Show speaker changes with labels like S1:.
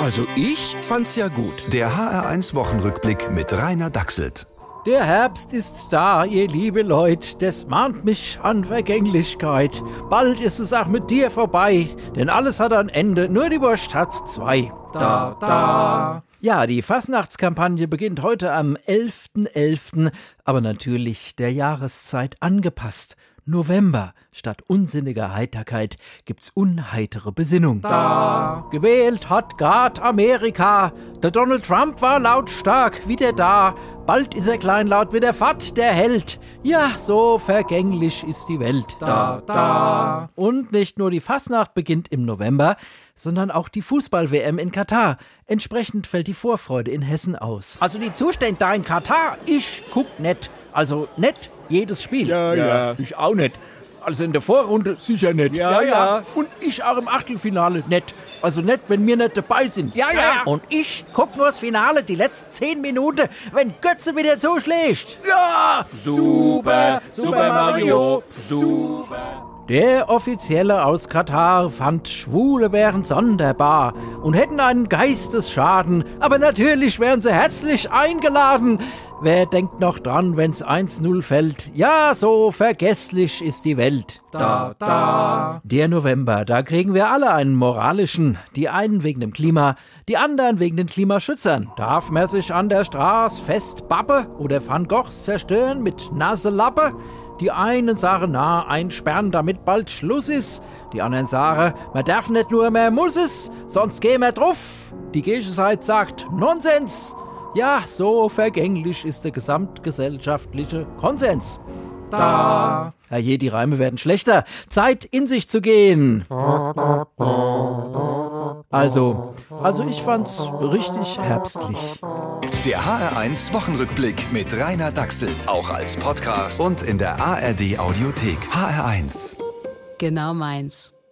S1: Also ich fand's ja gut.
S2: Der HR1-Wochenrückblick mit Rainer Dachselt.
S3: Der Herbst ist da, ihr liebe Leut, das mahnt mich an Vergänglichkeit. Bald ist es auch mit dir vorbei, denn alles hat ein Ende, nur die Wurst hat zwei. Da, da. Ja, die Fastnachtskampagne beginnt heute am 11.11., aber natürlich der Jahreszeit angepasst. November. Statt unsinniger Heiterkeit gibt's unheitere Besinnung. Da. Gewählt hat Gard Amerika. Der Donald Trump war lautstark wieder da. Bald ist er kleinlaut wie der Fat, der Held. Ja, so vergänglich ist die Welt. Da, da. Und nicht nur die Fasnacht beginnt im November, sondern auch die Fußball-WM in Katar. Entsprechend fällt die Vorfreude in Hessen aus. Also die Zustände da in Katar, ich guck nett. Also nett jedes Spiel.
S4: Ja, ja.
S3: Ich auch nicht. Also in der Vorrunde sicher nicht.
S4: Ja, ja.
S3: Und ich auch im Achtelfinale nicht. Also nicht, wenn wir nicht dabei sind.
S4: Ja, ja.
S3: Und ich guck nur das Finale, die letzten zehn Minuten, wenn Götze wieder zuschlägt. Ja!
S4: Super, Super Mario, super.
S3: Der Offizielle aus Katar fand Schwule wären sonderbar und hätten einen Geistesschaden, aber natürlich wären sie herzlich eingeladen. Wer denkt noch dran, wenn's 1-0 fällt? Ja, so vergesslich ist die Welt. Da, da. Der November, da kriegen wir alle einen moralischen. Die einen wegen dem Klima, die anderen wegen den Klimaschützern. Darf man sich an der Straße fest Bappe oder Van Goghs zerstören mit Naselappe? Die einen sagen, na, einsperren, damit bald Schluss ist. Die anderen sagen, man darf nicht nur, man muss es, sonst gehen wir drauf. Die Gegenseite sagt, Nonsens. Ja, so vergänglich ist der gesamtgesellschaftliche Konsens. Da. Ja, je, die Reime werden schlechter. Zeit, in sich zu gehen. Also, also ich fand's richtig herbstlich.
S2: Der HR1-Wochenrückblick mit Rainer Dachselt.
S5: Auch als Podcast.
S2: Und in der ARD-Audiothek. HR1.
S6: Genau meins.